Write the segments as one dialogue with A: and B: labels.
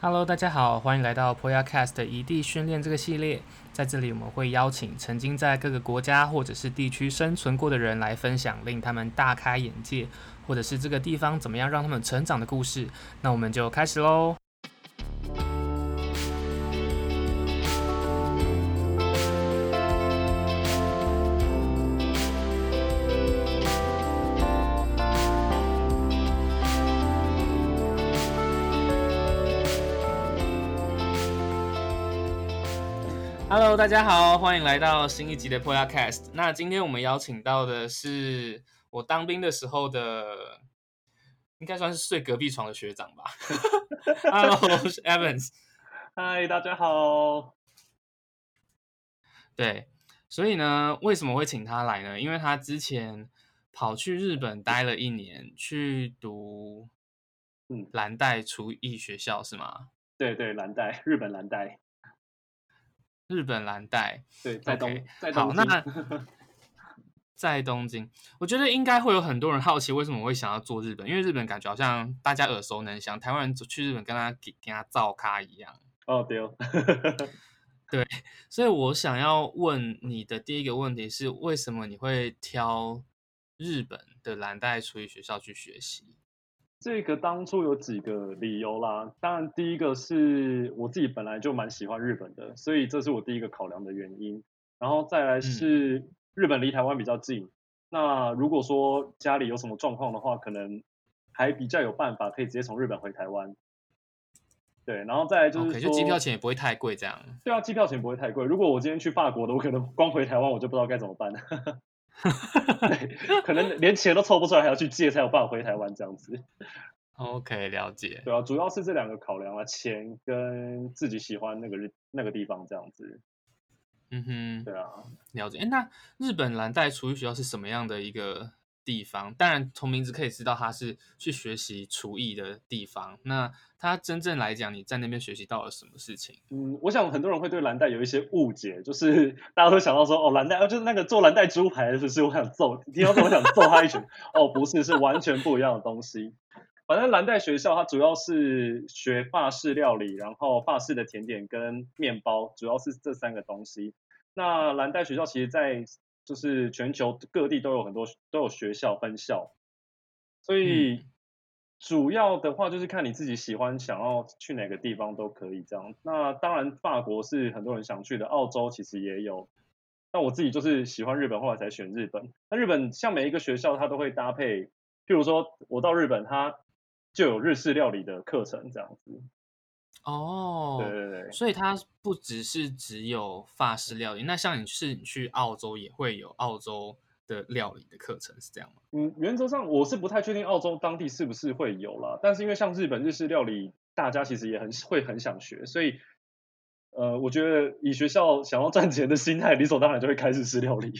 A: Hello，大家好，欢迎来到 Podcast 一地训练这个系列。在这里，我们会邀请曾经在各个国家或者是地区生存过的人来分享令他们大开眼界，或者是这个地方怎么样让他们成长的故事。那我们就开始喽。Hello，大家好，欢迎来到新一集的 Podcast。那今天我们邀请到的是我当兵的时候的，应该算是睡隔壁床的学长吧。Hello，Evans。
B: 嗨，大家好。
A: 对，所以呢，为什么会请他来呢？因为他之前跑去日本待了一年，去读
B: 嗯
A: 蓝带厨艺学校是吗？
B: 对对，蓝带，日本蓝带，
A: 日本蓝带，
B: 对，在东
A: OK，
B: 在
A: 好
B: 东京。
A: 那在东京，我觉得应该会有很多人好奇为什么我会想要做日本，因为日本感觉好像大家耳熟能详，台湾人去日本跟他给跟他造咖一样。
B: 哦，对哦，
A: 所以我想要问你的第一个问题是，为什么你会挑日本的蓝带厨艺学校去学习？
B: 这个当初有几个理由啦。当然，第一个是我自己本来就蛮喜欢日本的，所以这是我第一个考量的原因。然后再
A: 嗯
B: 来是日本离台湾比较近，那如果说家里有什么状况的话，可能还比较有办法可以直接从日本回台湾。对，然后再来就是
A: OK，
B: 说
A: 就机票钱也不会太贵，这样。
B: 对啊，机票钱不会太贵。如果我今天去法国的，我可能光回台湾我就不知道该怎么办， 对，可能连钱都凑不出来，还要去借才有办法回台湾这样子。
A: OK，了解。
B: 对啊，主要是这两个考量啊，钱跟自己喜欢那个日那个地方这样子。
A: 嗯哼，
B: 对啊，
A: 了解。哎，那日本蓝带厨艺学校是什么样的一个地方？当然，从名字可以知道它是去学习厨艺的地方。那它真正来讲，你在那边学习到了什么事情？
B: 嗯，我想很多人会对蓝带有一些误解，就是 大家都想到说，哦，蓝带，哦，就是那个做蓝带猪排的，是不是？我想揍，听到这我想揍他一拳。哦，不是，是完全不一样的东西。反正蓝带学校它主要是学法式料理，然后法式的甜点跟面包，主要是这三个东西。那蓝带学校其实在就是全球各地都有很多都有学校分校，所以主要的话就是看你自己喜欢想要去哪个地方都可以这样。那当然法国是很多人想去的，澳洲其实也有。那我自己就是喜欢日本，后来才选日本。那日本像每一个学校，它都会搭配，譬如说我到日本，它就有日式料理的课程这样子。
A: 哦，
B: 对对对，
A: 所以它不只是只有法式料理，那像你是你去澳洲也会有澳洲的料理的课程，是这样吗？
B: 嗯，原则上我是不太确定澳洲当地是不是会有啦，但是因为像日本日式料理，大家其实也很会很想学，所以呃，我觉得以学校想要赚钱的心态，理所当然就会开日式料理。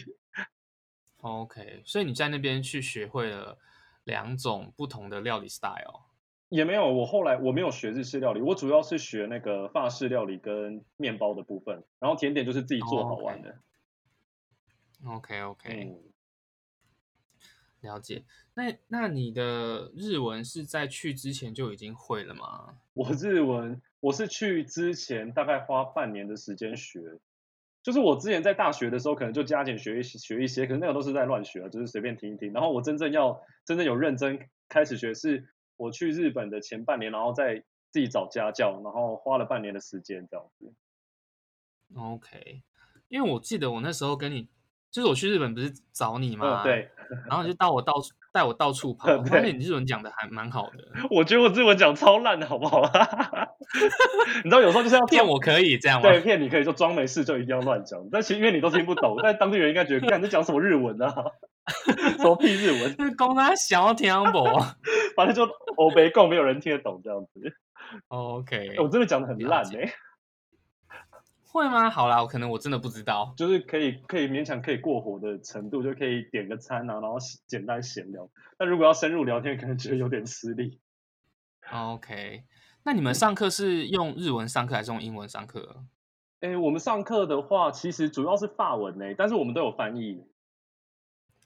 A: OK，所以你在那边去学会了两种不同的料理 style。
B: 也没有，我后来我没有学日式料理，我主要是学那个法式料理跟面包的部分，然后甜点就是自己做好玩的。
A: OK OK，、
B: 嗯，
A: 了解。那那你的日文是在去之前就已经会了吗？
B: 我日文我是去之前大概花半年的时间学，就是我之前在大学的时候可能就加减学一些学一些，可是那个都是在乱学啊，就是随便听一听。然后我真正要真正有认真开始学，是我去日本的前半年，然后再自己找家教，然后花了半年的时间这样子。
A: OK，因为我记得我那时候跟你，就是我去日本不是找你吗？
B: 嗯，。对，
A: 然后你就到我到处带我到处跑，
B: 嗯
A: 我发
B: 对
A: 现你日文讲的还蛮好的，
B: 我觉得我日文讲超烂的，好不好？ 你知道有时候就是要
A: 骗
B: 装
A: 我可以这样吗？
B: 对，骗你可以就装没事，就一定要乱讲。但其实因为你都听不懂，但当地人应该觉得，干你讲什么日文啊？ 什么屁日文？
A: 就是公他小听不懂
B: 反正就欧北共没有人听得懂这样子。
A: OK，
B: 欸我真的讲的很
A: 了
B: 烂
A: 解
B: 哎、
A: 会吗？好啦，我可能我真的不知道。
B: 就是可以可以勉强可以过火的程度，就可以点个餐啊，然后简单闲聊。但如果要深入聊天，可能觉得有点吃力。
A: OK，那你们上课是用日文上课还是用英文上课？
B: 哎、我们上课的话，其实主要是法文哎、但是我们都有翻译。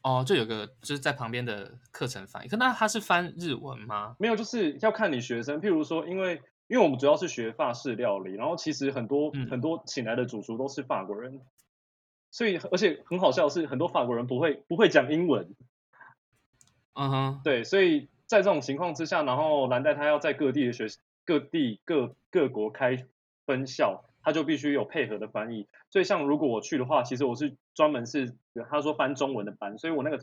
A: 哦，就有个就是在旁边的课程翻译，可那他是翻日文吗？
B: 没有，就是要看你学生。譬如说，因为因为我们主要是学法式料理，然后其实很多、
A: 嗯
B: 很多请来的主厨都是法国人，所以而且很好笑的是，很多法国人不会不会讲英文，
A: 嗯哼，
B: 对，所以在这种情况之下，然后蓝带他要在各地的学各地各各国开分校，他就必须有配合的翻译。所以像如果我去的话，其实我是专门是他说翻中文的班，所以我那个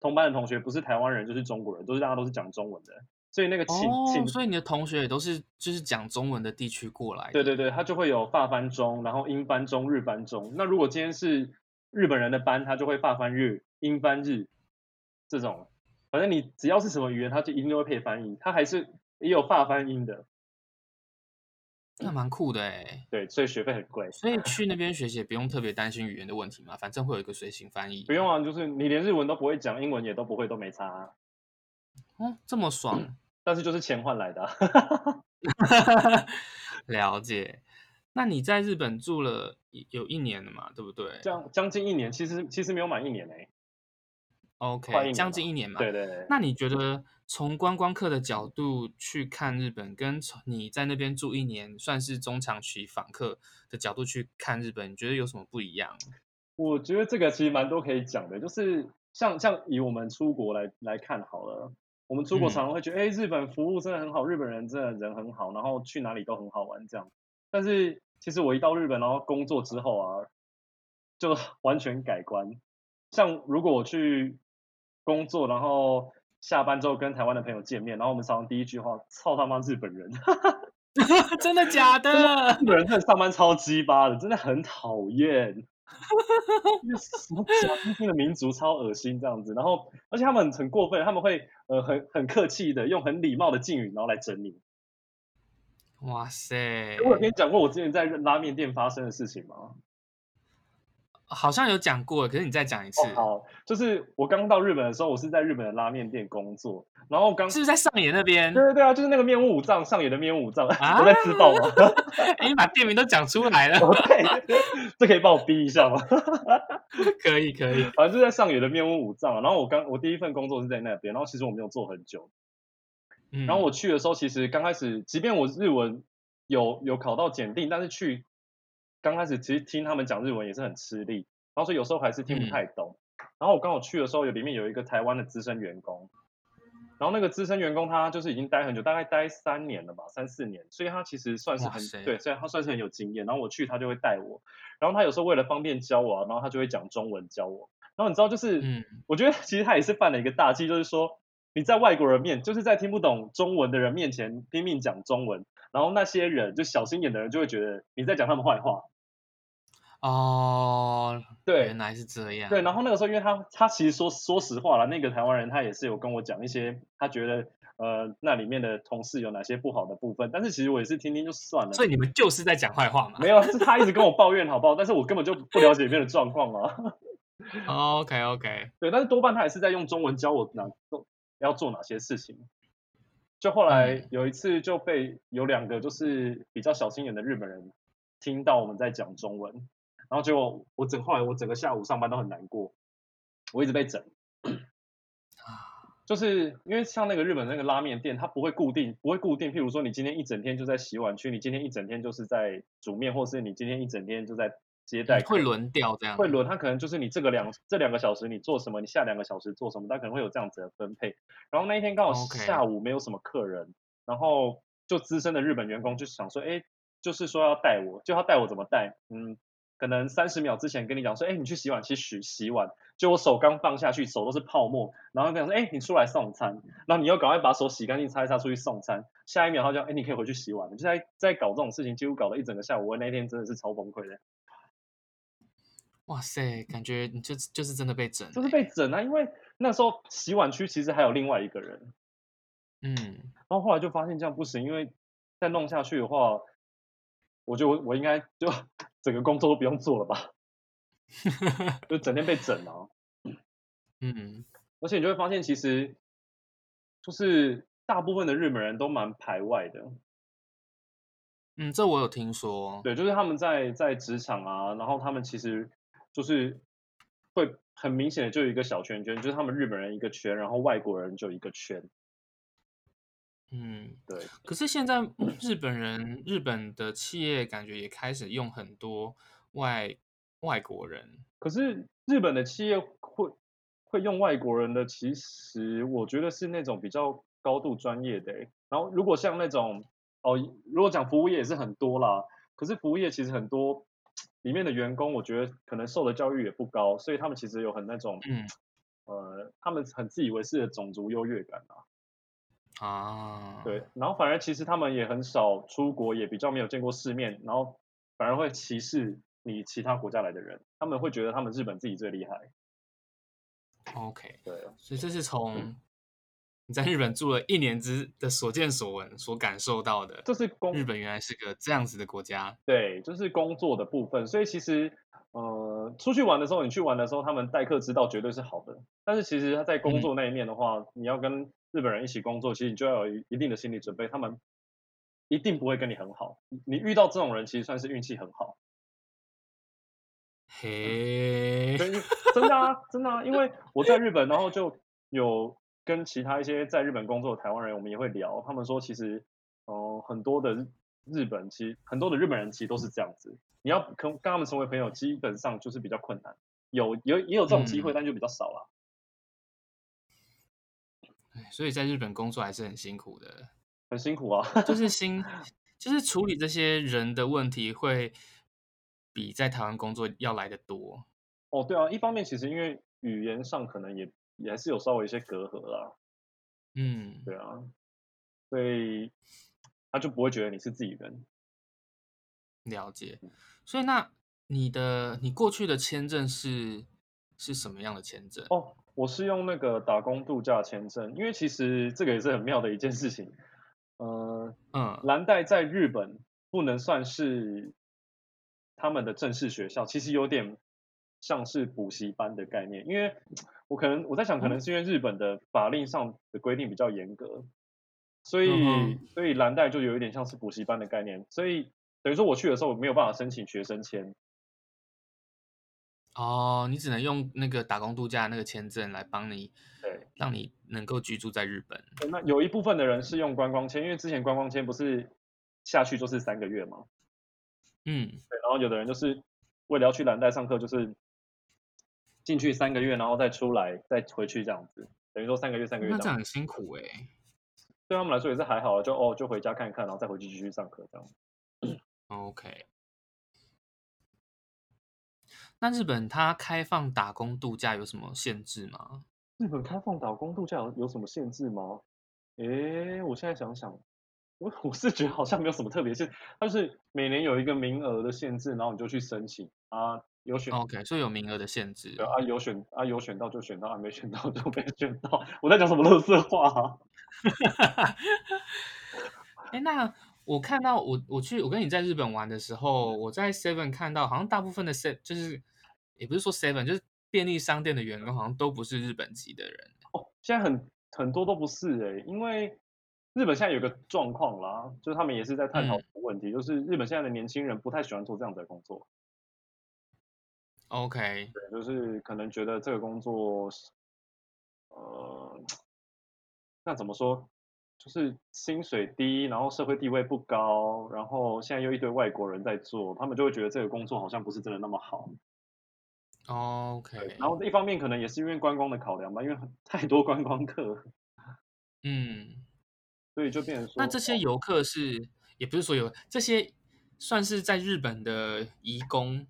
B: 同班的同学不是台湾人就是中国人，都是大家都是讲中文的，所以那个请、
A: 哦，
B: 请
A: 所以你的同学也都是就是讲中文的地区过来的，
B: 对对对，他就会有法翻中，然后英翻中、日翻中。那如果今天是日本人的班，他就会法翻日、英翻日这种。反正你只要是什么语言，他就一定会配翻译，他还是也有法翻英的。
A: 那蛮酷的哎。
B: 对，所以学费很贵。
A: 所以去那边学习也不用特别担心语言的问题嘛，反正会有一个随行翻译。
B: 不用啊，就是你连日文都不会讲，英文也都不会，都没差啊、
A: 哦，这么 爽，
B: 但是就是钱换来的啊、
A: 了解。那你在日本住了一有一年了嘛，对不对
B: 这样将近一年，其实其实没有满一年哎、快一
A: ？OK，
B: 年
A: 将
B: 了
A: 近一年嘛。
B: 对对对，
A: 那你觉得从观光客的角度去看日本，跟从你在那边住一年，算是中长期访客的角度去看日本，你觉得有什么不一样？
B: 我觉得这个其实蛮多可以讲的，就是像像以我们出国来来看好了，我们出国
A: 嗯
B: 常常会觉得，哎、日本服务真的很好，日本人真的人很好，然后去哪里都很好玩这样。但是其实我一到日本，然后工作之后啊，就 完全改观。像如果我去工作，然后下班之后跟台湾的朋友见面，然后我们常常第一句话，操他妈日本人，
A: 真的假的？
B: 日本人真的上班超鸡巴的，真的很讨厌。那什么小清新的民族超恶心这样子，然后而且他们很过分，他们会呃很很客气的用很礼貌的敬语，然后来整你。
A: 哇塞，
B: 我有跟你讲过我之前在拉面店发生的事情吗？
A: 好像有讲过，可是你再讲一次，
B: 哦，好，就是我刚到日本的时候，我是在日本的拉面店工作，然后刚
A: 是不是在上野那边
B: 对？对对啊，就是那个面无五藏上野的面无五藏，
A: 啊
B: 我在自爆吗？
A: 哎，你把店名都讲出来 了，
B: 哦对，这可以帮我逼一下吗？
A: 可以可 以。
B: 反正就在上野的面屋五藏啊。然后我刚我第一份工作是在那边，然后其实我没有做很久。
A: 嗯，
B: 然后我去的时候，其实刚开始，即便我日文有有考到检定，但是去刚开始其实听他们讲日文也是很吃力，然后所以有时候还是听
A: 嗯
B: 不太懂。然后我刚好去的时候，有里面有一个台湾的资深员工，然后那个资深员工他就是已经待很久，大概待三年了吧，三四年，所以他其实算是
A: 哇
B: 很
A: 塞
B: 对，所以他算是很有经验。然后我去他就会带我，然后他有时候为了方便教我、啊，然后他就会讲中文教我。然后你知道就是，
A: 嗯
B: 我觉得其实他也是犯了一个大忌，就是说你在外国人面，就是在听不懂中文的人面前拼命讲中文，然后那些人就小心眼的人就会觉得你在讲他们坏话。
A: 哦，
B: 对
A: 原来是这样。
B: 对，然后那个时候因为他他其实说说实话了，那个台湾人他也是有跟我讲一些他觉得呃那里面的同事有哪些不好的部分，但是其实我也是听听就算了。
A: 所以你们就是在讲坏话嘛？
B: 没有，啊是他一直跟我抱怨好不好？但是我根本就不了解里面的状况啊。
A: OK OK，
B: 对，但是多半他也是在用中文教我哪做要做哪些事情。就后来
A: 嗯
B: 有一次就被有两个就是比较小心眼的日本人听到我们在讲中文，然后结果我整后来我整个下午上班都很难过，我一直被整，
A: 啊
B: 就是因为像那个日本那个拉面店，它不会固定不会固定，譬如说你今天一整天就在洗碗区，你今天一整天就是在煮面，或是你今天一整天就在接待客
A: 会
B: 人
A: 轮调这样。
B: 会轮，他可能就是你这个两这两个小时你做什么，你下两个小时做什么，他可能会有这样子的分配。然后那一天刚好
A: OK
B: 下午没有什么客人然后就资深的日本员工就想说，哎，就是说要带我，就他带我怎么带？嗯，可能三十秒之前跟你讲说，哎，你去洗碗去洗洗碗，就我手刚放下去，手都是泡沫，然后跟他说，哎，你出来送餐，然后你又赶快把手洗干净，擦一擦出去送餐，下一秒他就，哎，你可以回去洗碗了，就在在搞这种事情，几乎搞了一整个下午，我那天真的是超崩溃的。
A: 哇塞，感觉你就就是真的被整、欸，
B: 就是被整啊，因为那时候洗碗区其实还有另外一个人，
A: 嗯，
B: 然后后来就发现这样不行，因为再弄下去的话，我就我应该就整个工作都不用做了吧，就整天被整啊。
A: 嗯，
B: 而且你就会发现，其实就是大部分的日本人都蛮排外的，
A: 嗯，这我有听说。
B: 对，就是他们在在职场啊，然后他们其实就是会很明显的就有一个小圈圈，就是他们日本人一个圈，然后外国人就一个圈。
A: 嗯，
B: 对，
A: 可是现在日本人、日本的企业感觉也开始用很多外外国人，
B: 可是日本的企业会会用外国人的，其实我觉得是那种比较高度专业的欸、然后如果像那种哦，如果讲服务业也是很多啦，可是服务业其实很多里面的员工，我觉得可能受的教育也不高，所以他们其实有很那种
A: 嗯
B: 呃，他们很自以为是的种族优越感啊。
A: 啊，
B: 对，，然后反而其实他们也很少出国，也比较没有见过世面，然后反而会歧视你其他国家来的人，他们会觉得他们日本自己最厉害。
A: OK，
B: 对。
A: 所以
B: 嗯
A: 这是从你在日本住了一年之的所见所闻所感受到的，
B: 这是工
A: 日本原来是个这样子的国家。
B: 对，就是工作的部分。所以其实，呃，出去玩的时候，你去玩的时候，他们待客之道绝对是好的。但是其实他在
A: 嗯
B: 工作那一面的话，你要跟日本人一起工作，其实你就要有一一定的心理准备，他们一定不会跟你很好。你遇到这种人，其实算是运气很好。
A: 嘿，
B: 真真的啊，真的啊，因为我在日本，然后就有跟其他一些在日本工作的台湾人，我们也会聊，他们说其实，呃，很多的日日本其实很多的日本人其实都是这样子，你要跟跟他们成为朋友，基本上就是比较困难，有有也有这种机会，
A: 嗯
B: 但就比较少啦。
A: 哎所以在日本工作还是很辛苦的，
B: 很辛苦啊，
A: 就是心，就是处理这些人的问题会比在台湾工作要来的多。
B: 哦，对啊，一方面其实因为语言上可能也也还是有稍微一些隔阂啦，
A: 嗯，
B: 对啊，所以他就不会觉得你是自己人。
A: 了解。所以那你的你过去的签证是是什么样的签证？
B: 哦，我是用那个打工度假签证，因为其实这个也是很妙的一件事情。呃，
A: 嗯，
B: 蓝带在日本不能算是他们的正式学校，其实有点像是补习班的概念。因为我可能我在想，可能是因为日本的法令上的规定比较严格，所以、
A: 嗯
B: 所以蓝带就有一点像是补习班的概念，所以等于说我去的时候我没有办法申请学生签。
A: 哦，你只能用那个打工度假那个签证来帮你，
B: 对，
A: 让你能够居住在日本。
B: 对那有一部分的人是用观光签，因为之前观光签不是下去就是三个月嘛，
A: 嗯，
B: 对，然后有的人就是为了要去蓝带上课，就是进去三个月，然后再出来，再回去这样子，等于说三个月三个月
A: 那这
B: 这样，
A: 样很辛苦哎、
B: 对他们来说也是还好啊，就哦就回家看一看，然后再回去继续上课这样。
A: OK，那日本它开放打工度假有什么限制吗？
B: 日本开放打工度假有有什么限制吗？诶，我现在想想，我我是觉得好像没有什么特别限，它就是每年有一个名额的限制，然后你就去申请啊，有选
A: OK，所以有名额的限制
B: 对。啊，有选啊，有选到就选到，啊没选到就没选到。我在讲什么乐色话啊？
A: 哎、那我看到我我去我跟你在日本玩的时候，我在 Seven 看到好像大部分的 Seven 就是也不是说 Seven 就是便利商店的员工好像都不是日本籍的人。
B: 哦，现在很很多都不是哎、因为日本现在有个状况啦，就是他们也是在探讨
A: 嗯
B: 这个问题，就是日本现在的年轻人不太喜欢做这样子的工作，
A: OK，
B: 对，就是可能觉得这个工作是，呃，那怎么说？就是薪水低，然后社会地位不高，然后现在又一堆外国人在做，他们就会觉得这个工作好像不是真的那么好。
A: OK，
B: 然后一方面可能也是因为观光的考量吧，因为很 太多观光客，
A: 嗯，
B: 所以就哦变成说，
A: 那这些游客是也不是说有这些算是在日本的移工，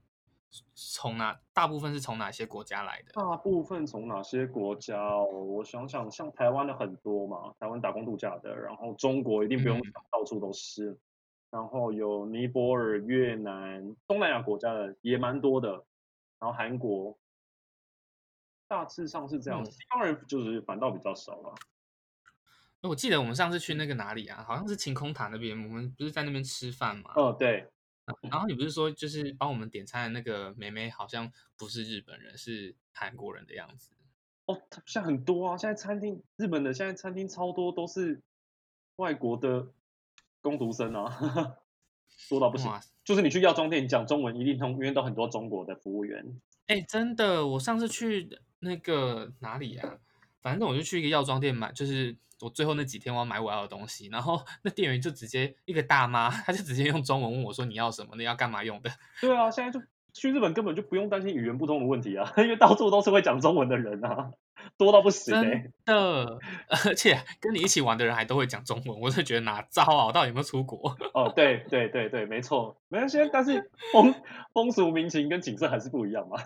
A: 从哪大部分是从哪些国家来的？
B: 大部分从哪些国家哦？我想想，像台湾的很多嘛，台湾打工度假的，然后中国一定不用
A: 嗯
B: 想，到处都是。然后有尼泊尔、越南、东南亚国家的也蛮多的，然后韩国，大致上是这样。
A: 嗯
B: 西方人就是反倒比较少了。
A: 哎我记得我们上次
B: 嗯
A: 去那个哪里啊，好像是晴空塔那边，我们不是在那边吃饭嘛？
B: 哦，对，
A: 然后你不是说就是帮我们点餐的那个妹妹好像不是日本人，是韩国人的样子。
B: 哦，它现在很多啊，现在餐厅日本的现在餐厅超多都是外国的工读生啊， 多到不行。
A: 哇，
B: 就是你去药妆店讲中文，一定通约到很多中国的服务员。
A: 哎，真的，我上次去那个哪里啊？反正我就去一个药妆店买，就是我最后那几天我要买我要的东西，然后那店员就直接一个大妈，她就直接用中文问我说你要什么，你要干嘛用的？
B: 对啊，现在就去日本根本就不用担心语言不通的问题啊， 因为到处都是会讲中文的人啊，多到不行哎、
A: 真的， 而且跟你一起玩的人还都会讲中文，我就觉得哪招啊？我到底有没有出国？
B: 哦，对对对对，没错，没关系，啊但是风风俗民情跟景色还是不一样嘛。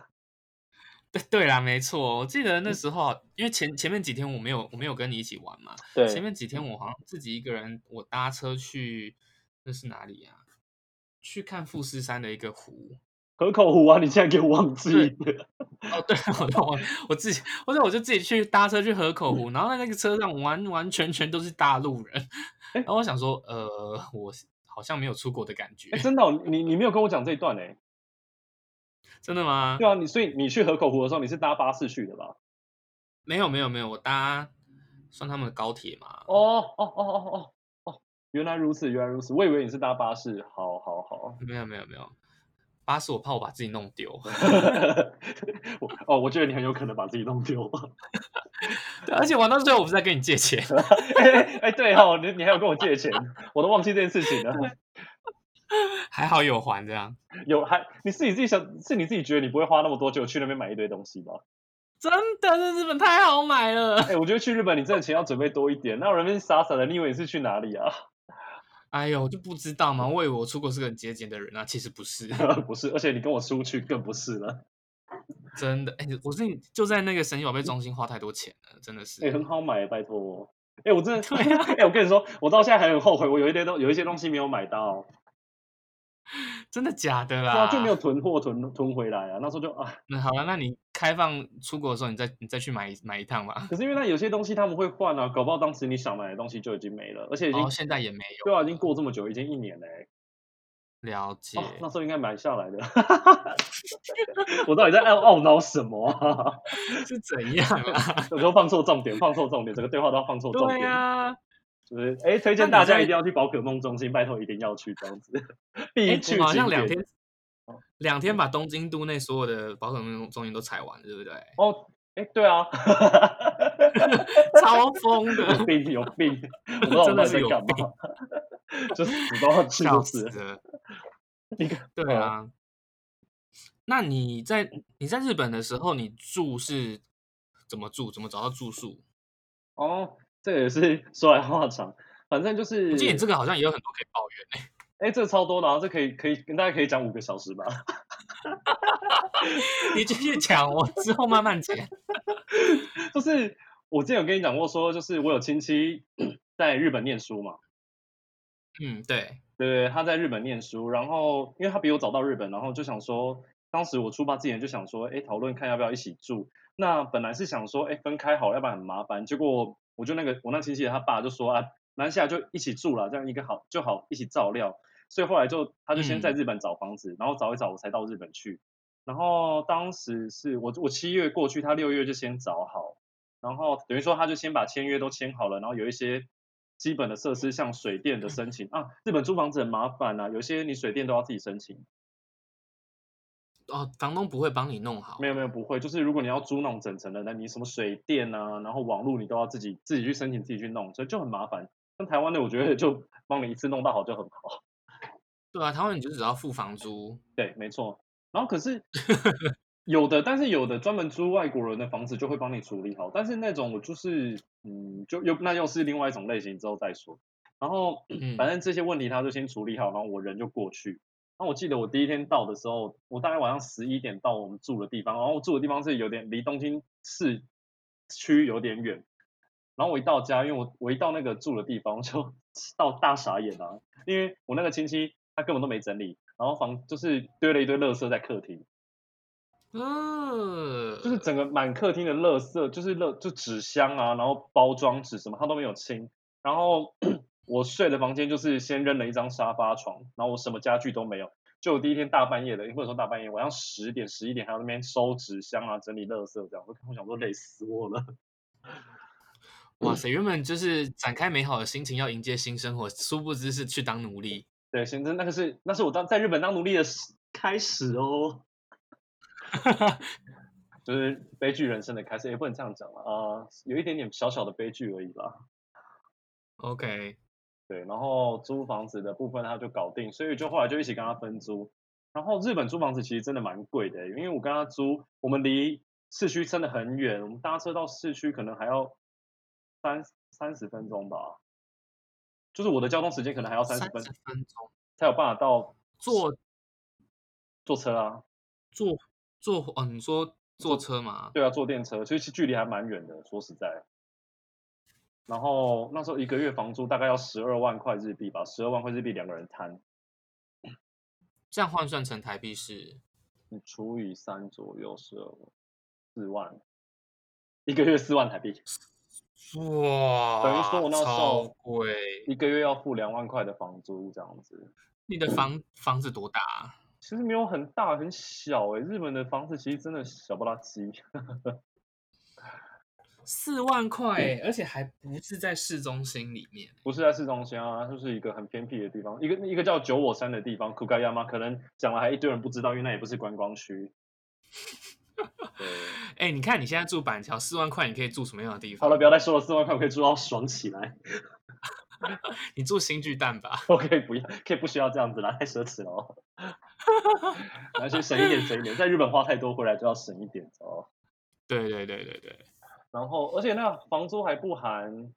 A: 对对啦，没错，我记得
B: 嗯
A: 那时候啊，因为前前面几天我没有我没有跟你一起玩嘛，
B: 对，嗯
A: 前面几天我好像自己一个人，我搭车去那是哪里啊？去看富士山的一个湖，
B: 河口湖啊，你竟然给我忘记了，
A: 哦，对， 我我我自己，或者我就自己去搭车去河口湖，然后在那个车上完完全全都是大陆人，
B: 诶
A: 然后我想说，呃，我是好像没有出国的感觉
B: 哎、，真的哦、你你没有跟我讲这一段哎、
A: 真的吗？
B: 对啊，你所以你去河口湖的时候，你是搭巴士去的吧？
A: 没有没有没有，我搭算他们的高铁嘛，
B: 哦哦哦哦哦哦，原来如此，原来如此，我以为你是搭巴士，好好好，
A: 没有没有没有，巴士我怕我把自己弄丢，
B: 我哦，我觉得你很有可能把自己弄丢。
A: 对而且玩到最后我不是在跟你借钱，
B: 哎、哎对哦，你你还有跟我借钱，我都忘记这件事情了。
A: 还好有还这样，
B: 有还你是你自己想，是你自己觉得你不会花那么多，就去那边买一堆东西吧？
A: 真的，这日本太好买了，
B: 哎、我觉得去日本你真的钱要准备多一点。那我那边傻傻的，你以为你是去哪里啊？
A: 哎呦，我就不知道嘛，我以为我出国是个很节俭的人啊，其实不是。
B: 不是，而且你跟我出去更不是了。
A: 真的，哎、我是就在那个神奇宝贝中心花太多钱了，真的是。
B: 哎、很好买，拜托。哎、我真的，哎、
A: 啊
B: 我跟你说，我到现在还很后悔，我有一些东有一些东西没有买到，
A: 真的假的
B: 对
A: 啦？
B: 啊，就没有囤货囤囤回来啊。那时候就啊，
A: 那好了，那你开放出国的时候，你再你再去买一买一趟吧。
B: 可是因为那有些东西他们会换啊，搞不好当时你想买的东西就已经没了，而且已经、
A: 然后哦现在也没有
B: 对啊，已经过这么久，已经一年了、欸。
A: 了解
B: 哦，那时候应该买下来的。 我到底在懊懊恼什么、啊？
A: 是怎样啦？
B: 有时候放错重点，放错重点，整个对话都要放错重
A: 对
B: 点。
A: 呀、啊，
B: 就是哎、推荐
A: 那
B: 大
A: 你在
B: 家一定要去宝可梦中心，拜托一定要去这样子，
A: 哎、
B: 必
A: 我
B: 去
A: 们好
B: 景
A: 像两
B: 点。
A: 天
B: 哦
A: 两
B: 嗯
A: 天把东京都内所有的宝可梦中心都踩完了，对不对？
B: 哦，哎、对啊，
A: 超疯
B: 有
A: 的，
B: 病有 病，我不知道我
A: 真的
B: 到底
A: 是
B: 在
A: 有
B: 干嘛， 就死都要去
A: 笑
B: 就是
A: 死
B: 了。
A: 了。
B: 你看，
A: 对啊，那你在你在日本的时候，你住是怎么住？怎么找到住宿？
B: 哦，这也是说来话长，反正就是
A: 我记得你这个好像也有很多可以抱怨欸
B: 哎、这超多的、啊，这可以可以跟大家可以讲五个小时吧。
A: 你继续讲，我之后慢慢讲。
B: 就是我之前有跟你讲过说，就是我有亲戚 在日本念书嘛，
A: 嗯，对，
B: 对，他在日本念书，然后因为他比我早到日本，然后就想说，当时我出发之前就想说，哎，讨论看要不要一起住。那本来是想说，哎，分开好了，要不然很麻烦。结果我就那个我那亲戚他爸就说啊，南下就一起住了，这样一个好就好一起照料。所以后来就他就先在
A: 嗯
B: 日本找房子，然后找一找，我才到日本去。然后当时是我我七月过去，他六月就先找好，然后等于说他就先把签约都签好了，然后有一些基本的设施，像水电的申请啊，日本租房子很麻烦啊，有些你水电都要自己申请。
A: 哦，房东不会帮你弄好，
B: 没有没有不会，就是如果你要租那种整层的，那你什么水电啊，然后网络你都要自己自己去申请，自己去弄，所以就很麻烦。像台湾的，我觉得就帮你一次弄到好就很好。
A: 对啊，台湾你就只要付房租，
B: 对，没错。然后可是有的，但是有的专门租外国人的房子就会帮你处理好，但是那种我就是嗯，就又那又是另外一种类型，之后再说。然后
A: 嗯，
B: 反正这些问题他就先处理好，然后我人就过去。然后我记得我第一天到的时候，我大概晚上十一点到我们住的地方，然后我住的地方是有点离东京市区有点远。然后我一到家，因为我我一到那个住的地方我 就到大傻眼啊，因为我那个亲戚他根本都没整理，然后房就是堆了一堆垃圾在客厅，
A: 呃，
B: 就是整个满客厅的垃圾，就是垃就纸箱啊，然后包装纸什么，他都没有清。然后 我睡的房间就是先扔了一张沙发床，然后我什么家具都没有。就我第一天大半夜的，或者说大半夜，晚上十点十一点还要那边收纸箱啊，整理垃圾这样，我我想说累死我了。
A: 哇塞，原本就是展开美好的心情要迎接新生活，殊不知是去当奴隶。
B: 对，先生，那个是那是我当在日本当奴隶的始开始哦。就是悲剧人生的开始，也不能这样讲了啊、呃有一点点小小的悲剧而已啦。
A: OK，
B: 对，然后租房子的部分他就搞定，所以就后来就一起跟他分租。然后日本租房子其实真的蛮贵的，因为我跟他租，我们离市区真的很远，我们搭车到市区可能还要三三十分钟吧，就是我的交通时间可能还要三
A: 三
B: 十
A: 十
B: 分
A: 分钟
B: 才有办法到
A: 坐
B: 坐车啊。
A: 坐坐哦，你说坐车嘛？
B: 对啊，坐电车，所以其实距离还蛮远的，说实在。然后那时候一个月房租大概要十二万块日币吧，十二万块日币两个人摊，
A: 这样换算成台币是
B: 你除以三左右，十二四万，一个月四万台币，
A: 哇，
B: 等于说我那时候
A: 超贵。
B: 一个月要付两万块的房租这样子。
A: 你的房房子多大啊？
B: 其实没有很大，很小诶、日本的房子其实真的小不拉几。
A: 四万块
B: 嗯
A: 欸，而且还不是在市中心里面。
B: 不是在市中心啊，就是一个很偏僻的地方，一个一个叫九我山的地方，Kugayama，可能讲了还一堆人不知道，因为那也不是观光区。对，
A: 哎、你看你现在住板桥，四万块你可以住什么样的地
B: 好
A: 方？
B: 了，不要再说了，四万块我可以住到爽起来。
A: 你住新巨蛋吧。
B: OK，不要，可以不需要这样子啦，太奢侈了哦。 而且省一点，省一点，在日本花太多，回来就要省一点哦。
A: 对对对对对，
B: 然后，而且那房租还不含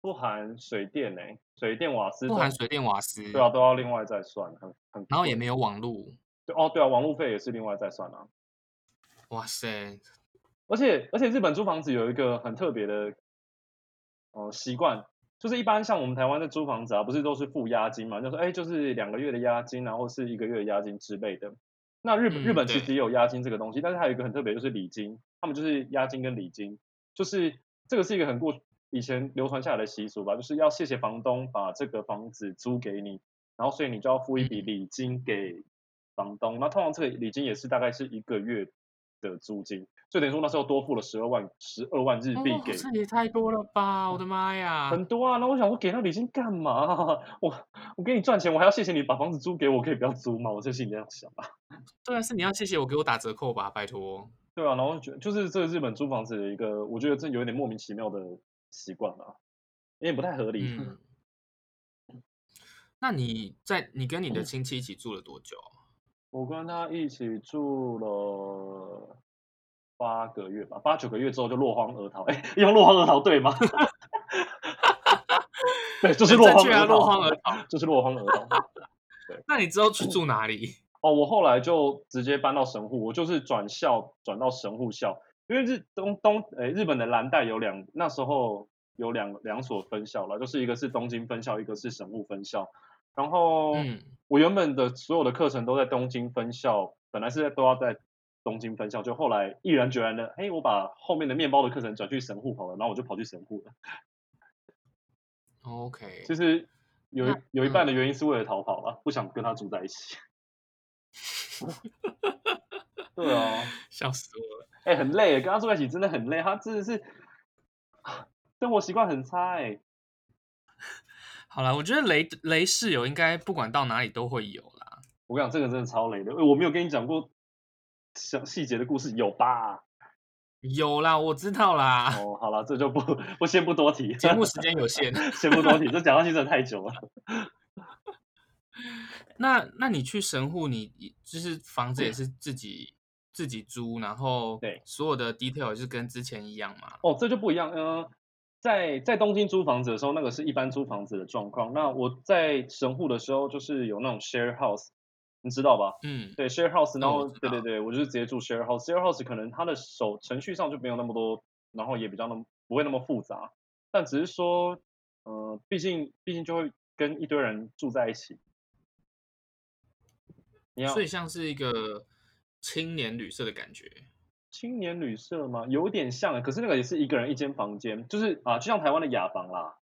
B: 不含水电呢、水电瓦斯
A: 不
B: 都
A: 含水电瓦斯，
B: 对啊，都要另外再算，很很
A: 然后也
B: 贵
A: 没有网路。
B: 对哦，对啊，网路费也是另外再算啊。
A: 哇塞，
B: 而且而且日本租房子有一个很特别的，呃，习惯，就是一般像我们台湾的租房子啊，不是都是付押金嘛，就说哎，就是两个月的押金，然后是一个月的押金之类的。那日本日
A: 嗯
B: 本其
A: 对
B: 实也有押金这个东西，但是还有一个很特别，就是礼金，他们就是押金跟礼金，就是这个是一个很过以前流传下来的习俗吧，就是要谢谢房东把这个房子租给你，然后所以你就要付一笔
A: 嗯
B: 礼金给房东。那通常这个礼金也是大概是一个月的租金，所以等于说那时候多付了十二万十二万日币
A: 哦
B: 给。
A: 这也太多了吧！我的妈呀，
B: 很多啊，那我想说给那礼金干嘛？啊 我我给你赚钱，我还要谢谢你把房子租给我，可以不要租吗？我就心里这样想吧。
A: 对啊，是你要谢谢我给我打折扣吧，拜托。
B: 对啊，然后觉就是这个日本租房子的一个，我觉得这有点莫名其妙的习惯啊，有点不太合理。
A: 嗯，那你在你跟你
B: 嗯
A: 的亲戚一起住了多久？啊
B: 我跟他一起住了八个月吧，八九个月之后就落荒而逃。哎，用落荒而逃对吗？ 对，就是
A: 很
B: 落
A: 正
B: 荒
A: 确
B: 而
A: 啊
B: 逃，
A: 落荒而逃。
B: 就是落荒而逃。
A: 那你之后去住哪里？
B: 哦，我后来就直接搬到神户，我就是转校转到神户校，因为日东东诶日本的蓝带有两那时候有两两所分校了，就是一个是东京分校，一个是神户分校。然后
A: 嗯，
B: 我原本的所有的课程都在东京分校，本来是在都要在东京分校，就后来毅然决然的，嘿，我把后面的面包的课程转去神户好了，然后我就跑去神户了。
A: OK，
B: 其实有一
A: 那嗯
B: 有一半的原因是为了逃跑了，不想跟他住在一起。 对啊，
A: 笑死我了。
B: 哎、很累耶，跟他住在一起真的很累，他真的是生活习惯很差哎、
A: 好了，我觉得雷雷室友应该不管到哪里都会有啦。
B: 我跟你讲，这个真的超累的。哎我没有跟你讲过详细节的故事，有吧？
A: 有啦，我知道啦。
B: 哦，好了，这就不 我先不多提，
A: 啊 节目时间有限，
B: 先不多提，这讲下去真的太久了。
A: 那那你去神户，你就是房子也是自己自己租，然后
B: 对
A: 所有的 detail 也是跟之前一样嘛？
B: 哦，这就不一样。嗯、在在东京租房子的时候，那个是一般租房子的状况。那我在神户的时候，就是有那种 share house，你知道吧？
A: 嗯，
B: 对 share house，然
A: 哦我
B: 后
A: 知
B: 对对对，我就是直接住 share house。share house 可能它的手程序上就没有那么多，然后也比较那么不会那么复杂，但只是说，呃，毕竟毕竟就会跟一堆人住在一起。你要
A: 所以像是一个青年旅社的感觉。
B: 青年旅社吗？有点像，可是那个也是一个人一间房间，就是啊，就像台湾的雅房啦，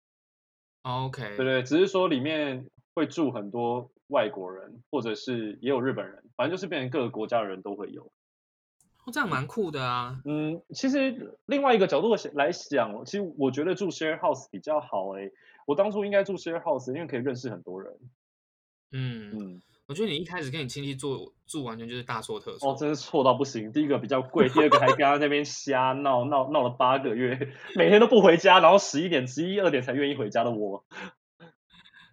A: OK，
B: 对对，只是说里面会住很多外国人，或者是也有日本人，反正就是变成各个国家的人都会有。
A: 哦这样蛮酷的啊。
B: 嗯，其实另外一个角度来想，其实我觉得住 share house 比欸较好诶、我当初应该住 share house，因为可以认识很多人。
A: 嗯，
B: 嗯，
A: 我我觉得你一开始跟你亲戚住住，完全就是大错特错。
B: 哦，真是错到不行。第一个比较贵，第二个还跟他那边瞎闹闹闹了八个月，每天都不回家，然后十一点、十一二点才愿意回家的我，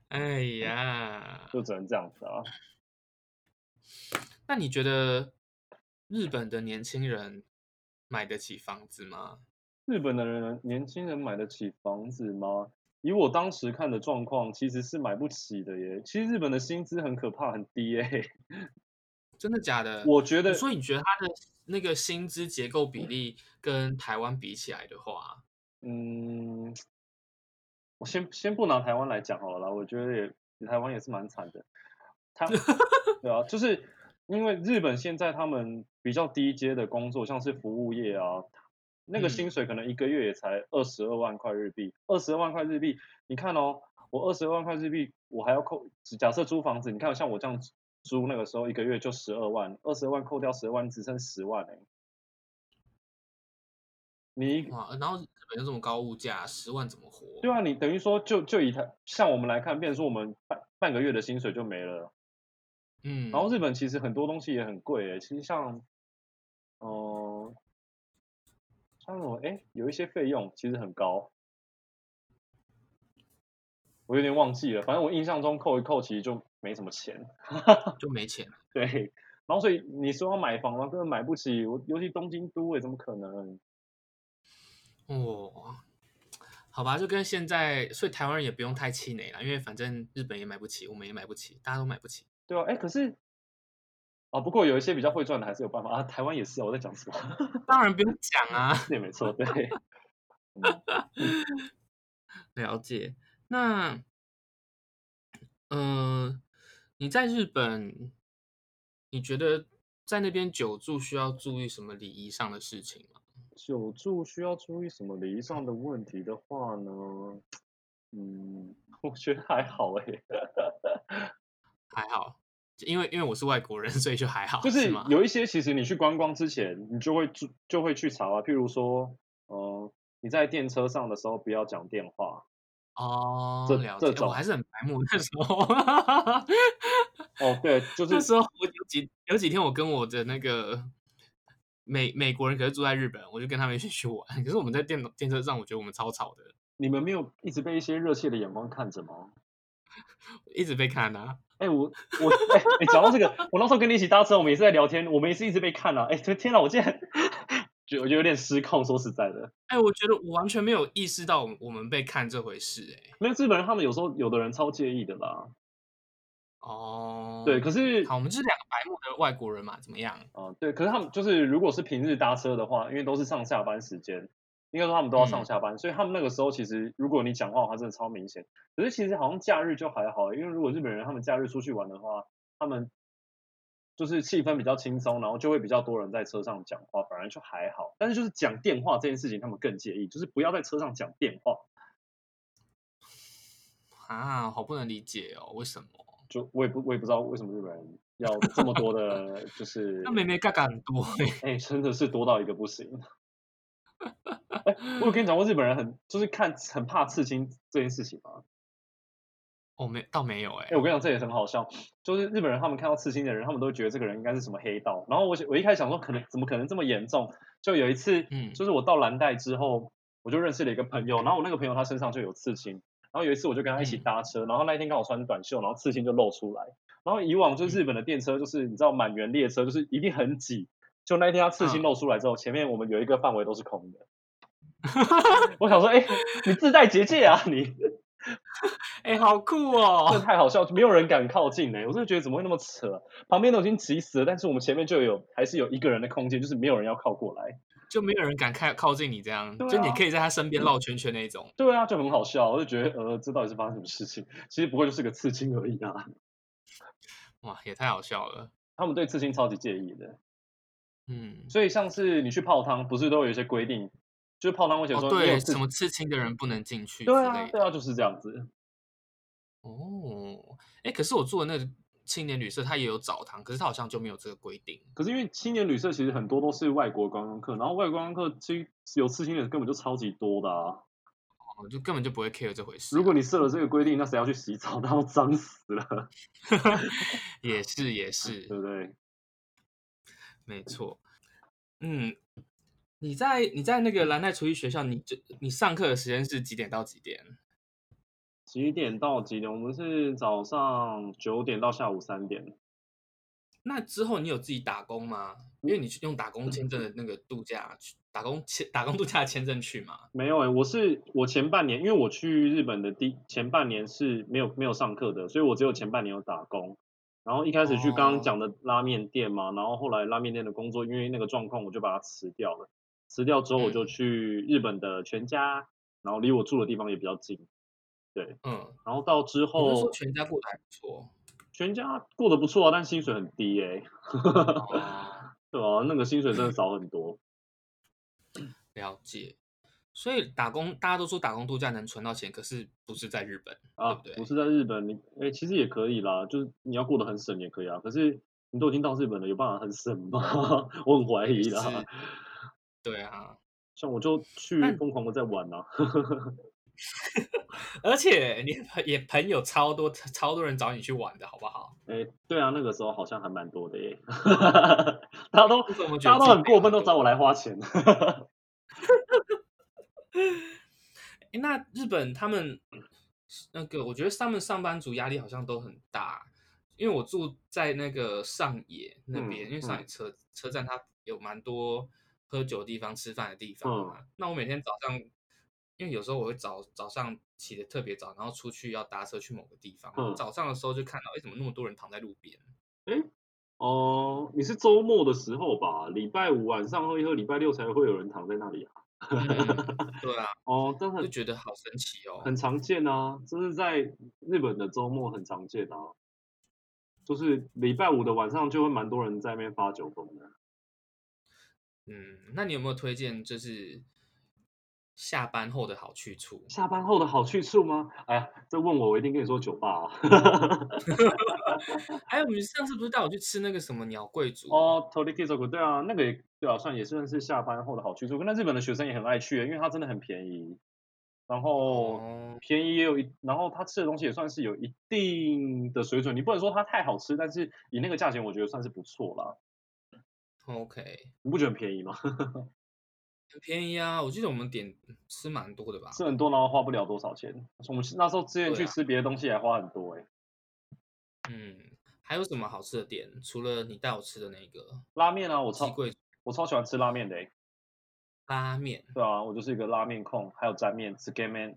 A: 哎呀，
B: 就只能这样子啊。
A: 那你觉得日本的年轻人买得起房子吗？
B: 日本的人年轻人买得起房子吗？以我当时看的状况，其实是买不起的耶。其实日本的薪资很可怕，很低耶。
A: 真的假的？
B: 我觉得
A: 所以你觉得他的那个薪资结构比例跟台湾比起来的话，
B: 嗯，我先先不拿台湾来讲好了啦，我觉得也台湾也是蛮惨的。他对啊，就是因为日本现在他们比较低阶的工作，像是服务业啊，那个
A: 嗯
B: 薪水可能一个月也才二十二万块日币，二十二万块日币，你看哦，我二十二万块日币，我还要扣，假设租房子，你看像我这样租那个时候一个月就十二万，二十二万扣掉十二万，只剩十万哎、你一
A: 哇，然后日本就这么高物价，十万怎么活？
B: 对啊，你等于说就就以他像我们来看，变成说我们半半个月的薪水就没了。
A: 嗯，
B: 然后日本其实很多东西也很贵欸诶，其实像，呃，像什么诶，有一些费用其实很高，我有点忘记了，反正我印象中扣一扣其实就没什么钱。
A: 就没钱了。
B: 对，然后所以你说要买房吗？根本买不起，我尤其东京都诶，怎么可能？
A: 哦，好吧，就跟现在，所以台湾人也不用太气馁了，因为反正日本也买不起，我们也买不起，大家都买不起。
B: 对啊，诶，可是。啊、不过有一些比较会赚的还是有办法啊，台湾也是啊，我在讲什么？
A: 当然不用讲啊，
B: 对，没错，对， 嗯
A: 了解。那，呃，你在日本，你觉得在那边久住需要注意什么礼仪上的事情吗？
B: 久住需要注意什么礼仪上的问题的话呢？嗯， 我觉得还好哎、
A: 还好，因为因为我是外国人， 所以就还好，
B: 就是是
A: 吗？
B: 有一些其实你去观光之前，你就会注就会去查啊，譬如说，呃，你在电车上的时候不要讲电话。
A: 哦，
B: 这
A: 了
B: 这
A: 解，我
B: 种
A: 还是很白目 那时候。
B: 哦，对， 就
A: 那
B: 是
A: 时候我有几有几天，我跟我的那个美美国人，可是住在日本，我就跟他们一起去玩。可是我们在电脑电车上，我觉得我们超吵的，
B: 你们没有一直被一些热切的眼光看着吗？
A: 一直被看啊。
B: 哎、我我哎，你、讲到这个，我那时候跟你一起搭车，我们也是在聊天，我们也是一直被看啊。哎、天天哪，我竟然 就就有点失控，说实在的。
A: 哎、我觉得我完全没有意识到我们我们被看这回事、哎，
B: 没有日本人，他们有时候有的人超介意的啦。
A: 哦，
B: 对，可是
A: 好，我们就是两个白目的外国人嘛，怎么样？
B: 啊、对，可是他们就是如果是平日搭车的话，因为都是上下班时间，应该说他们都要上
A: 嗯
B: 下班，所以他们那个时候其实如果你讲话的话，真的超明显。可是其实好像假日就还好，因为如果日本人他们假日出去玩的话，他们就是气氛比较轻松，然后就会比较多人在车上讲话，反而就还好。但是就是讲电话这件事情，他们更介意，就是不要在车上讲电话。
A: 啊，好不能理解哦，为什么？
B: 就我也不我也不知道为什么日本人要这么多的，就是
A: 那妹妹嘎嘎很多、哎，
B: 哎、真的是多到一个不行。 哎、我有跟你讲过，日本人很就是看很怕刺青这件事情吗？
A: 哦，没倒没有、
B: 哎、
A: 哎、
B: 我跟你讲，这也很好笑，就是日本人他们看到刺青的人，他们都会觉得这个人应该是什么黑道。然后我我一开始想说，可能怎么可能这么严重？就有一次，
A: 嗯
B: 就是我到蓝带之后，我就认识了一个朋友，然后我那个朋友他身上就有刺青。然后有一次我就跟他一起
A: 嗯
B: 搭车，然后那一天刚好穿短袖，然后刺青就露出来。然后以往就
A: 嗯
B: 日本的电车，就是你知道满员列车，就是一定很挤。就那一天他刺
A: 嗯
B: 青露出来之后，前面我们有一个范围都是 空的。我想说，哎、你自带结界啊你！
A: 哎、好酷
B: 真
A: 哦，
B: 的太好笑，没有人敢靠近欸呢、我真的觉得怎么会那么扯？旁边都已经挤死了，但是我们前面就有还是有一个人的空间，就是没有人要靠过来。
A: 就没有人敢靠靠近你这样，
B: 对
A: 就你
B: 啊
A: 可以在他身边绕圈圈那一种。
B: 对啊，就很好笑，我就觉得呃，这到底是发生什么事情？其实不过就是个刺青而已啊。
A: 哇，也太好笑了。
B: 他们对刺青超级介意的，
A: 嗯，
B: 所以像是你去泡汤，不是都有一些规定，就是泡汤会写
A: 哦，
B: 说你有
A: 对，
B: 刺
A: 什么刺青的人不能进去之
B: 对啊
A: 类，
B: 对
A: 的。
B: 啊，就是这样子。
A: 哦，哎，可是我住的那个青年旅社，它也有澡堂，可是它好像就没有这个规定。
B: 可是因为青年旅社其实很多都是外国观光客，然后外国观光客其实有刺青的人根本就超级多的啊。
A: 我哦就根本就不会 care 这回事啊。
B: 如果你设了这个规定，那谁要去洗澡？那要脏死了，
A: 也是也是
B: 对，不对？
A: 没错。嗯，你在你在那个蓝带厨艺学校，你就你上课的时间是几点到几点？
B: 几点到几点？我们是早上九点到下午三点。
A: 那之后你有自己打工吗？因为你去用打工签证的那个度假去打工签打工度假签证去嘛？
B: 没有诶、欸我是我前半年，因为我去日本的第前半年是没有没有上课的，所以我只有前半年有打工。然后一开始去刚
A: 哦
B: 刚讲的拉面店嘛，然后后来拉面店的工作因为那个状况，我就把它辞掉了。辞掉之后，
A: 嗯
B: 我就去日本的全家，然后离我住的地方也比较近。
A: 嗯，
B: 然后到之
A: 我是说
B: 后，
A: 全家过得还不错。
B: 全家过得不错啊，但薪水很低诶、
A: 哦，
B: 对啊，那个薪水真的少很多。
A: 了解。所以打工，大家都说打工度假能存到钱，可是不是在日本，
B: 啊，
A: 对不对
B: 是在日本，你哎、其实也可以啦，就是你要过得很省也可以啊。可是你都已经到日本了，有办法很省吗？ 我很怀疑啦
A: 是。对啊。
B: 像我就去
A: 但
B: 疯狂的在玩啊，
A: 而且你朋也朋友超多，超多人找你去玩的好不好？
B: 哎、对啊，那个时候好像还蛮多的耶， 大家都
A: 就是我们觉
B: 大
A: 得自
B: 家都
A: 己
B: 很
A: 朋友
B: 过分，都
A: 多
B: 找我来花钱。
A: 诶那日本他们那个，我觉得他们上班族压力好像都很大，因为我住在那个上野那边，
B: 嗯
A: 因为上野
B: 嗯
A: 车车站它有蛮多喝酒的地方、吃饭的地方
B: 嗯
A: 嘛。那我每天早上，因为有时候我会早早上起得特别早，然后出去要搭车去某个地方。
B: 嗯
A: 早上的时候就看到，哎，怎么那么多人躺在路 边？
B: 哦、你是周末的时候吧？礼拜五晚上喝一喝，礼拜六才会有人躺在那里啊。
A: 嗯对啊，
B: 哦、但
A: 就
B: 很
A: 觉得好神奇哦。
B: 很常见啊，这是在日本的周末很常见啊，就是礼拜五的晚上就会蛮多人在那边发酒疯的。
A: 嗯，那你有没有推荐就是下班后的好去处？
B: 下班后的好去处吗？哎呀，这问我，我一定跟你说酒吧啊。
A: 还有你上次不是带我去吃那个什么鸟贵族？
B: 哦 t o r i k i z o k 对啊，那个也对啊，算也算是下班后的好去处。那日本的学生也很爱去，欸因为它真的很便宜，然后
A: 哦，
B: 便宜也有一，然后它吃的东西也算是有一定的水准。你不能说它太好吃，但是以那个价钱，我觉得算是不错啦。
A: OK，
B: 你不觉得很便宜吗？
A: 很便宜啊！我记得我们点吃蛮多的吧？
B: 吃很多，然后花不了多少钱。我们那时候之前
A: 对
B: 去
A: 啊
B: 吃别的东西还花很多哎、
A: 嗯，还有什么好吃的店？除了你带我吃的那个
B: 拉面啊，我
A: 鸡
B: 超
A: 贵
B: 我超喜欢吃拉面的哎、
A: 拉面，
B: 对啊，我就是一个拉面控，还有沾面吃 gay man。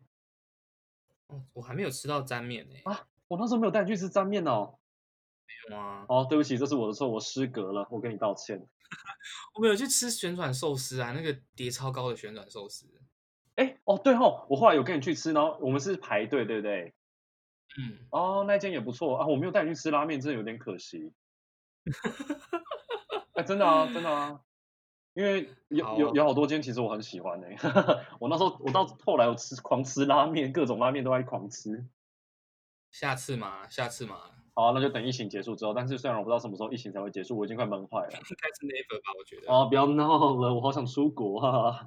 A: 哦我还没有吃到沾面呢、
B: 啊我那时候没有带你去吃沾面哦。
A: 有啊，
B: 哦，对不起，这是我的错，我失格了，我跟你道歉。
A: 我们有去吃旋转寿司啊，那个碟超高的旋转寿司。
B: 哎，哦对哦，我后来有跟你去吃，然后我们是排队，对不对？
A: 嗯，
B: 哦，那间也不错啊，我没有带你去吃拉面，真的有点可惜。哎，真的啊，真的啊，因为有
A: 好
B: 有有好多间，其实我很喜欢的、 我那时候我到后来我吃狂吃拉面，各种拉面都爱狂吃。
A: 下次嘛，下次嘛，
B: 好、啊那就等疫情结束之后。但是虽然我不知道什么时候疫情才会结束，我已经快闷坏了。
A: 应该是 never 吧？我觉得。
B: 哦，不要闹了，我好想出国啊！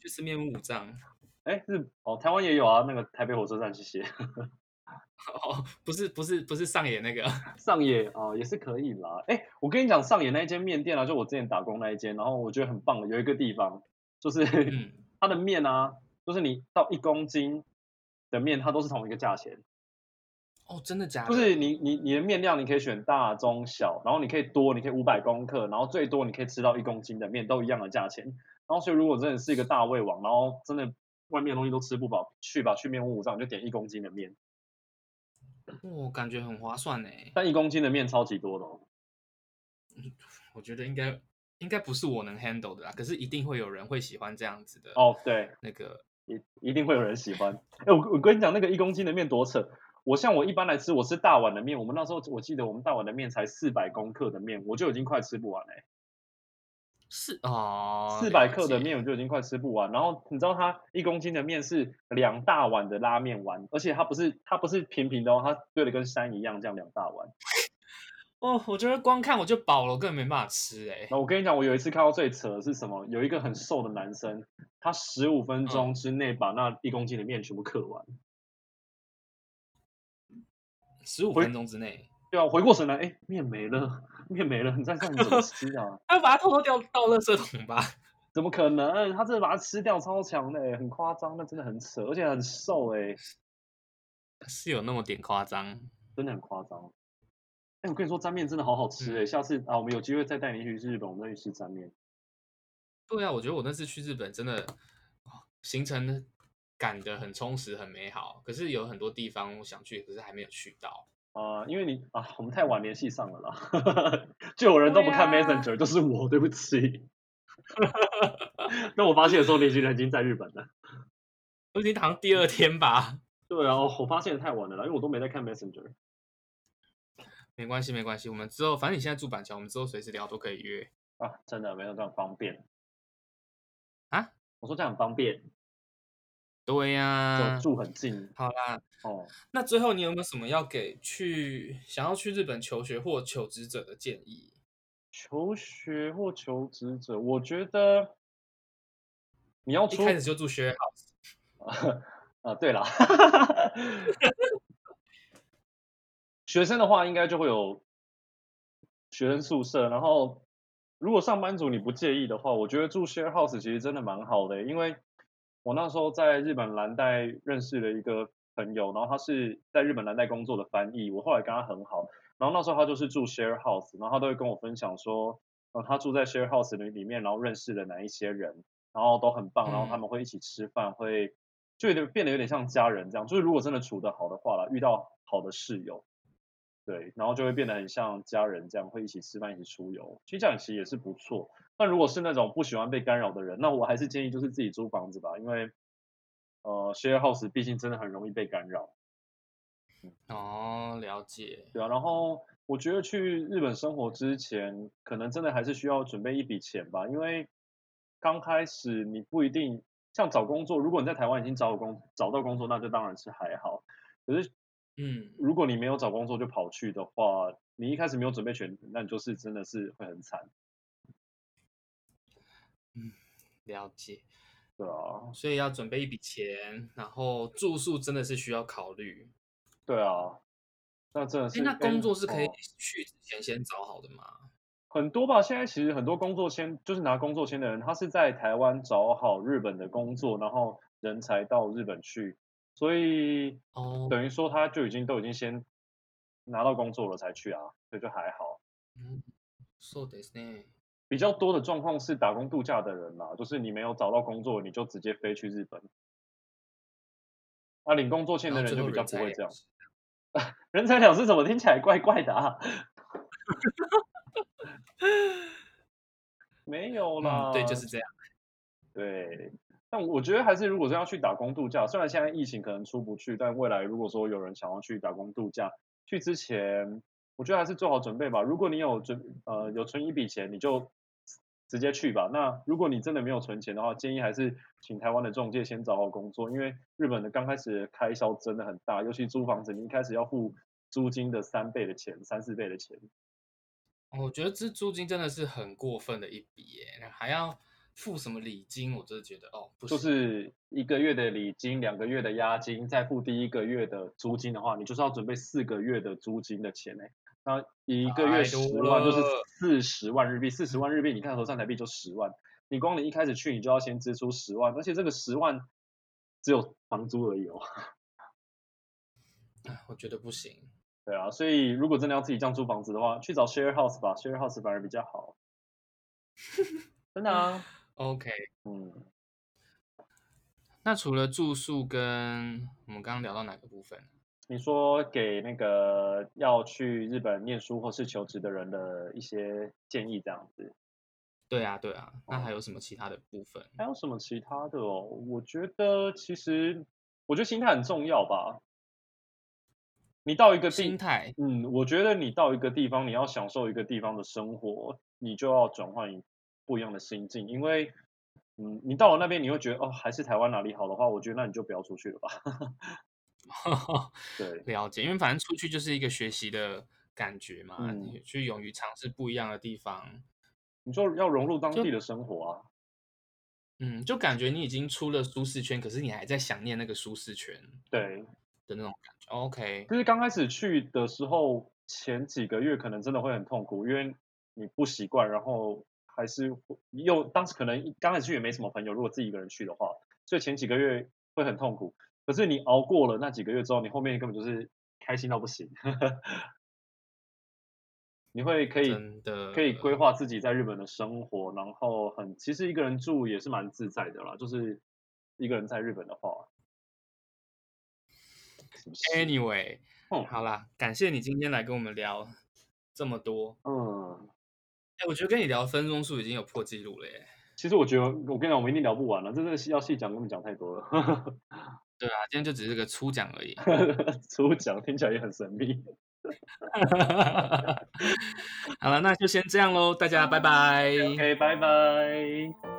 A: 去吃面目五脏。
B: 哎，日哦，台湾也有啊，那个台北火车站，谢谢。
A: 哦，不是不是不是上野那个，
B: 上野啊、也是可以啦。哎，我跟你讲，上野那一间面店啊，就我之前打工那一间，然后我觉得很棒的，有一个地方就是、
A: 嗯，
B: 它的面啊，就是你到一公斤的面，它都是同一个价钱。
A: 哦，真的假的？
B: 就是你你你的面量，你可以选大、中、小，然后你可以多，你可以五百公克，然后最多你可以吃到一公斤的面，都一样的价钱。然后所以如果真的是一个大胃王，然后真的外面的东西都吃不饱，去吧去面屋上就点一公斤的面，
A: 我、感觉很划算呢。
B: 但一公斤的面超级多的、哦。
A: 我觉得应该应该不是我能 handle 的啦，可是一定会有人会喜欢这样子的
B: 哦，对，
A: 那个
B: 一一定会有人喜欢。哎，我我跟你讲，那个一公斤的面多扯。我像我一般来吃，我吃大碗的面，我们那时候我记得我们大碗的面才四百公克的面，我就已经快吃不完了。
A: 是哦，
B: 四百
A: 了
B: 克的
A: 解
B: 面我就已经快吃不完。然后你知道它一公斤的面是两大碗的拉面碗，而且它不是它不是平平的哦，它堆的跟山一样，这样两大碗。
A: 哦，我觉得光看我就饱了，我根本没办法吃哎、
B: 那我跟你讲，我有一次看到最扯的是什么？有一个很瘦的男生，他十五分
A: 嗯
B: 钟之内把那一公斤的面全部嗑完。
A: 十五
B: 回
A: 分钟之内，
B: 对啊，回过神来，哎，面没了，面没了，你在上你怎么吃啊？
A: 他把它偷偷掉到垃圾桶吧？
B: 怎么可能？他真的把它吃掉，超强的，欸很夸张，那真的很扯，而且很瘦，哎，
A: 是有那么点夸张？
B: 真的很夸张。哎，我跟你说，沾面真的好好吃，哎，下次啊，我们有机会再带你去日本，我们再去吃沾面。
A: 对啊，我觉得我那次去日本真的哦行程赶得很充实，很美好。可是有很多地方我想去，可是还没有去到。
B: 啊、因为你啊，我们太晚联系上了啦， 就有人都不看
A: 对啊
B: Messenger，就是我，对不起。 那我发现的时候，你已经人已经在日本了。
A: 我已经好像第二天吧，
B: 对啊，我发现得太晚了啦，因为我都没在看 Messenger。
A: 没关系，没关系。我们之后反正你现在住板桥，我们之后随时聊都可以约。
B: 啊，真的没有这样方便
A: 啊？
B: 我说这样很方便，
A: 对呀、
B: 就住很近、
A: 嗯好啦，
B: 哦。
A: 那最后你有没有什么要给去想要去日本求学或求职者的建议？
B: 求学或求职者，我觉得你要
A: 一
B: 出
A: 开始就住 share house，
B: 啊，对啦， 学生的话应该就会有学生宿舍，然后如果上班族你不介意的话，我觉得住 share house 其实真的蛮好的，欸因为我那时候在日本蓝带认识了一个朋友，然后他是在日本蓝带工作的翻译，我后来跟他很好，然后那时候他就是住 share house，然后他都会跟我分享说，呃，他住在 share house 里里面，然后认识了哪一些人，然后都很棒，然后他
A: 嗯
B: 们会一起吃饭，会就有点变得有点像家人这样。就是如果真的处得好的话啦，遇到好的室友，对，然后就会变得很像家人这样，会一起吃饭，一起出游。其实这样其实也是不错。那如果是那种不喜欢被干扰的人，那我还是建议就是自己租房子吧，因为呃 share house 毕竟真的很容易被干扰。
A: 哦，了解。
B: 对啊，然后我觉得去日本生活之前，可能真的还是需要准备一笔钱吧，因为刚开始你不一定像找工作，如果你在台湾已经找有工找到工作，那就当然是还好。可是
A: 嗯，
B: 如果你没有找工作就跑去的话，你一开始没有准备全，那你就是真的是会很惨，
A: 了解。
B: 对啊，
A: 所以要准备一笔钱，然后住宿真的是需要考虑。
B: 对啊，那真的
A: 哎，
B: 是
A: 那
B: 哎
A: 工作是可以
B: 哦
A: 去之前先找好的吗？
B: 很多吧，现在其实很多工作签就是拿工作签的人，他是在台湾找好日本的工作，然后人才到日本去，所以
A: 哦，
B: 等于说他就已经都已经先拿到工作了才去啊，所以就还好。
A: 嗯，so this 呢？
B: 比较多的状况是打工度假的人啦，就是你没有找到工作，你就直接飞去日本。啊，领工作签
A: 然
B: 的
A: 后最
B: 人就
A: 后
B: 比较
A: 人
B: 不
A: 才
B: 会
A: 也
B: 这样
A: 不。是
B: 人财两失怎么听起来怪怪 的啊？没有啦、
A: 嗯，对，就是这样。
B: 对，但我觉得还是如果真要去打工度假，虽然现在疫情可能出不去，但未来如果说有人想要去打工度假，去之前我觉得还是做好准备吧。如果你有准呃有存一笔钱，你就直接去吧。那如果你真的没有存钱的话，建议还是请台湾的中介先找好工作，因为日本的刚开始的开销真的很大，尤其租房子，你一开始要付租金的三倍的钱，三四倍的钱。
A: 哦我觉得这租金真的是很过分的一笔耶，还要付什么礼金，我真的觉得哦，不
B: 就
A: 行
B: 是一个月的礼金，两个月的押金，再付第一个月的租金的话，你就是要准备四个月的租金的钱呢、那一个月
A: 太
B: 十
A: 多
B: 万就是
A: 了
B: 四十万日币，四十万日币，你看合算台币就十万。你光你一开始去，你就要先支出十万，而且这个十万只有房租而已哦。
A: 啊我觉得不行。
B: 对啊，所以如果真的要自己这样租房子的话，去找 share house 吧，share house 反而比较好。真 的啊，
A: OK，
B: 嗯，
A: 那除了住宿跟我们刚刚聊到哪个部分？
B: 你说给那个要去日本念书或是求职的人的一些建议，这样子，
A: 对啊，对啊，那
B: 哦
A: 还有什么其他的部分？
B: 还有什么其他的哦？我觉得其实，我觉得心态很重要吧。你到一个
A: 心
B: 地，
A: 态，
B: 嗯，我觉得你到一个地方，你要享受一个地方的生活，你就要转换一不一样的心境，因为，嗯，你到了那边，你会觉得哦，还是台湾哪里好的话，我觉得那你就不要出 去了吧。对，
A: 了解，因为反正出去就是一个学习的感觉嘛，
B: 嗯
A: 你去勇于尝试不一样的地方，
B: 你就要融入当
A: 就
B: 地的生活啊。
A: 嗯，就感觉你已经出了舒适圈，可是你还在想念那个舒适圈
B: 对，
A: 的那种感觉。OK，
B: 就是刚开始去的时候，前几个月可能真的会很痛苦，因为你不习惯，然后还是会又当时可能一刚开始去也没什么朋友，如果自己一个人去的话，所以前几个月会很痛苦。可是你熬过了那几个月之后，你后面根本就是开心到不行， 你会可以
A: 真的
B: 可以规划自己在日本的生活，然后很其实一个人住也是蛮自在的啦，就是一个人在日本的话，是不是
A: 哎 Anyway，、
B: 嗯
A: 好啦，感谢你今天来跟我们聊这么多。
B: 嗯，
A: 哎，我觉得跟你聊分钟数已经有破纪录了耶。
B: 其实我觉得我跟你讲，我们一定聊不完了，真的是要细讲，根本讲太多了。
A: 对啊，今天就只是个初讲而已。
B: 初讲听起来也很神秘，
A: 好了，那就先这样喽，大家拜拜。
B: OK，拜拜。